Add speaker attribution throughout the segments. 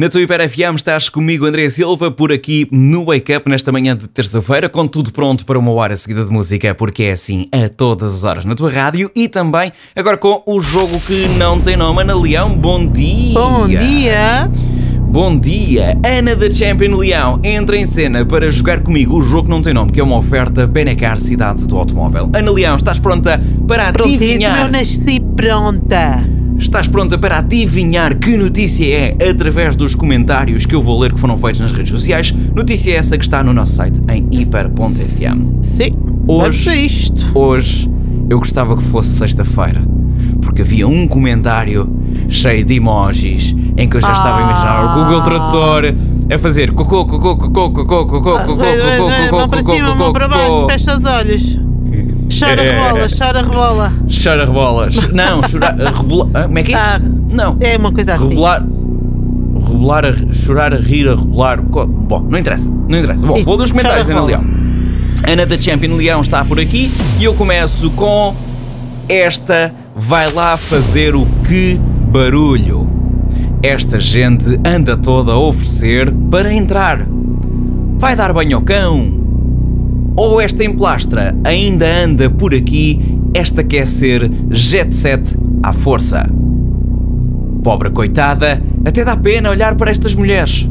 Speaker 1: Na tua Hiper FM estás comigo, André Silva, por aqui no Wake Up, nesta manhã de terça-feira, com tudo pronto para uma hora seguida de música, porque é assim a todas as horas na tua rádio e também agora com o jogo que não tem nome. Ana Leão, bom dia!
Speaker 2: Bom dia!
Speaker 1: Bom dia! Ana da Champion Leão entra em cena para jogar comigo o jogo que não tem nome, que é uma oferta Benecar Cidade do Automóvel. Ana Leão, estás pronta para
Speaker 2: Prontíssimo, eu
Speaker 1: adivinhar?
Speaker 2: nasci pronta.
Speaker 1: Estás pronta para adivinhar que notícia é através dos comentários que eu vou ler que foram feitos nas redes sociais? Notícia é essa que está no nosso site em hiper.fm.
Speaker 2: Sim,
Speaker 1: Hoje-
Speaker 2: vamos a isto.
Speaker 1: Hoje eu gostava que fosse sexta-feira, porque havia um comentário cheio de emojis em que eu já estava a imaginar o
Speaker 2: Ah.
Speaker 1: Google Tradutor a fazer cocô, cocô, cocô, cocô, cocô, cocô, cocô,
Speaker 2: Mão para
Speaker 1: cocô,
Speaker 2: cima, mão
Speaker 1: cocô,
Speaker 2: para baixo,
Speaker 1: cocô, cocô.
Speaker 2: fecha os olhos. Chora,
Speaker 1: É.
Speaker 2: rebola, chora, rebola.
Speaker 1: Chora rebolas. Não, chorar. Rebolar. Como é que é?
Speaker 2: Ah,
Speaker 1: Não.
Speaker 2: É uma coisa assim.
Speaker 1: Rebolar. Rebolar, a, ri- chorar, a rir, a rebolar. Co- Bom, não interessa, não interessa. Bom,
Speaker 2: Isto,
Speaker 1: vou ler os comentários,
Speaker 2: chora
Speaker 1: Ana
Speaker 2: a bola.
Speaker 1: Leão. Ana da Champion Leão está por aqui e eu começo com esta vai lá fazer o que barulho. Esta gente anda toda a oferecer para entrar. Vai dar banho ao cão. Ou esta emplastra ainda anda por aqui, esta quer ser jet set à força. Pobre coitada, até dá pena olhar para estas mulheres.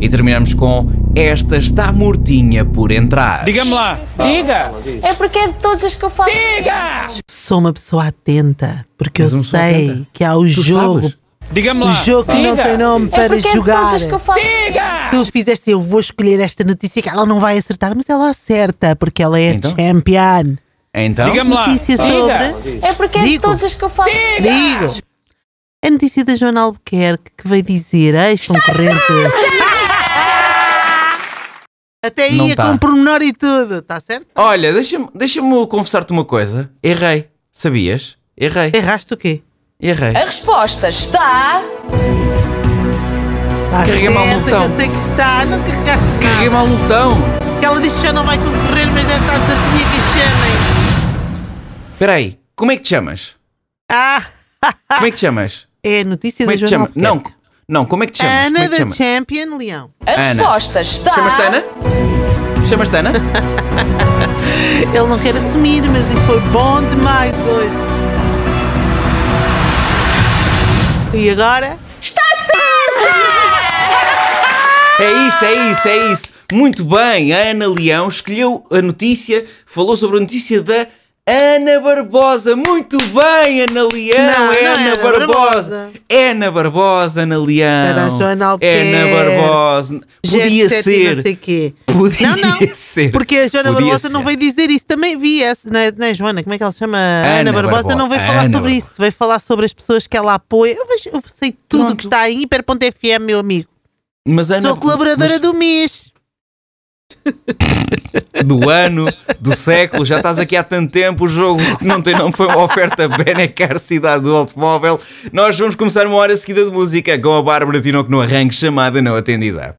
Speaker 1: E terminamos com esta está mortinha por entrar.
Speaker 3: Diga-me lá. Diga.
Speaker 4: É porque é de todas as que eu falo.
Speaker 2: Sou uma pessoa atenta, porque
Speaker 1: És
Speaker 2: eu
Speaker 1: uma pessoa
Speaker 2: sei
Speaker 1: atenta?
Speaker 2: que há o
Speaker 1: Tu
Speaker 2: jogo,
Speaker 1: sabes?
Speaker 3: Diga-me
Speaker 2: o
Speaker 3: lá.
Speaker 2: jogo que não
Speaker 3: Diga.
Speaker 2: tem nome
Speaker 4: É
Speaker 2: para
Speaker 4: porque é de
Speaker 2: jogar.
Speaker 4: todas as que eu falo.
Speaker 2: Tu fizeste, eu vou escolher esta notícia que ela não vai acertar, mas ela acerta, porque ela é
Speaker 1: Então?
Speaker 2: champion.
Speaker 1: Então,
Speaker 3: Diga-me lá.
Speaker 2: Notícia
Speaker 3: Diga.
Speaker 2: sobre.
Speaker 4: É porque é de
Speaker 2: Digo.
Speaker 4: todas as que eu falo.
Speaker 2: Digo! É notícia da Joana Albuquerque que veio dizer ex-concorrente. Até
Speaker 1: Não
Speaker 2: ia
Speaker 1: tá.
Speaker 2: com pormenor e tudo, está certo?
Speaker 1: olha, deixa-me deixa confessar-te uma coisa. Errei. Sabias? Errei.
Speaker 2: Erraste o quê?
Speaker 1: Errei.
Speaker 4: A resposta está.
Speaker 2: Tá
Speaker 1: Carreguei mal no
Speaker 2: certo,
Speaker 1: botão.
Speaker 2: Eu sei que está, não carregaste nada.
Speaker 1: Carreguei mal o botão.
Speaker 2: Que Ela diz que já não vai concorrer, mas deve estar certinha que a chamem.
Speaker 1: Espera aí. Como é que te chamas?
Speaker 2: Ah,
Speaker 1: Como é que te chamas?
Speaker 2: é a notícia
Speaker 1: Como é
Speaker 2: da
Speaker 1: que te
Speaker 2: Joana
Speaker 1: chamas?
Speaker 2: Albuquerque.
Speaker 1: Não, não, como é que te chamas? como é
Speaker 2: Ana
Speaker 1: que te
Speaker 2: da
Speaker 1: chamas?
Speaker 2: Champion Leão.
Speaker 4: A
Speaker 1: Ana.
Speaker 4: resposta está.
Speaker 1: Chamas-te Ana? Chamas-te Ana?
Speaker 2: Ele não quer assumir, mas foi bom demais hoje. E agora?
Speaker 1: É isso, é isso, é isso. Muito bem, a Ana Leão escolheu a notícia, falou sobre a notícia da Ana Barbosa. Muito bem, Ana Leão, é
Speaker 2: Não, não é
Speaker 1: Ana,
Speaker 2: Ana
Speaker 1: Barbosa.
Speaker 2: Barbosa.
Speaker 1: É Ana Barbosa, Ana Leão. É
Speaker 2: Era a Joana Albuquerque.
Speaker 1: Ana Barbosa. Podia
Speaker 2: Jet set e assim, Não
Speaker 1: ser.
Speaker 2: sei quê.
Speaker 1: Podia
Speaker 2: Não, não.
Speaker 1: ser.
Speaker 2: Porque a Joana
Speaker 1: Podia
Speaker 2: Barbosa não
Speaker 1: ser.
Speaker 2: veio dizer isso. Também vi essa, não é, não é, Joana? Como é que ela se chama? Ana, Barbosa,
Speaker 1: Barbosa.
Speaker 2: não veio falar
Speaker 1: Ana
Speaker 2: sobre
Speaker 1: Barbosa.
Speaker 2: isso. Veio falar sobre as pessoas que ela apoia. Eu, vejo- eu sei tudo
Speaker 1: Pronto.
Speaker 2: que está em hiper.fm, meu amigo.
Speaker 1: Mas Ana,
Speaker 2: Sou colaboradora
Speaker 1: mas
Speaker 2: do mês.
Speaker 1: do ano, do século, já estás aqui há tanto tempo, o jogo que não tem nome foi uma oferta Benecar Cidade do Automóvel. Nós vamos começar uma hora seguida de música com a Bárbara Zinoco no arranque chamada não atendida.